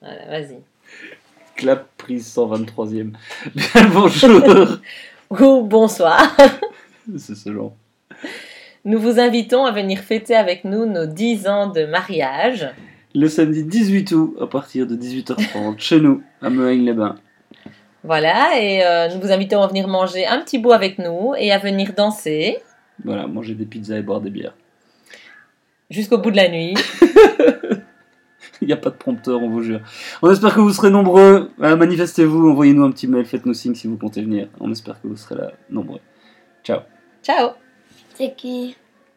Voilà, vas-y. Clap prise 123e. Bien bonjour Ou Oh, bonsoir. C'est ce genre. Nous vous invitons à venir fêter avec nous nos 10 ans de mariage. Le samedi 18 août à partir de 18h30 chez nous à Meugne-les-Bains. Voilà, et euh, nous vous invitons à venir manger un petit bout avec nous et à venir danser Voilà, manger des pizzas et boire des bières. jusqu'au bout de la nuit. Il n'y a pas de prompteur, on vous jure. On espère que vous serez nombreux. Euh, Manifestez-vous, envoyez-nous un petit mail, faites-nous signe si vous comptez venir. On espère que vous serez là nombreux. Ciao Ciao C'est qui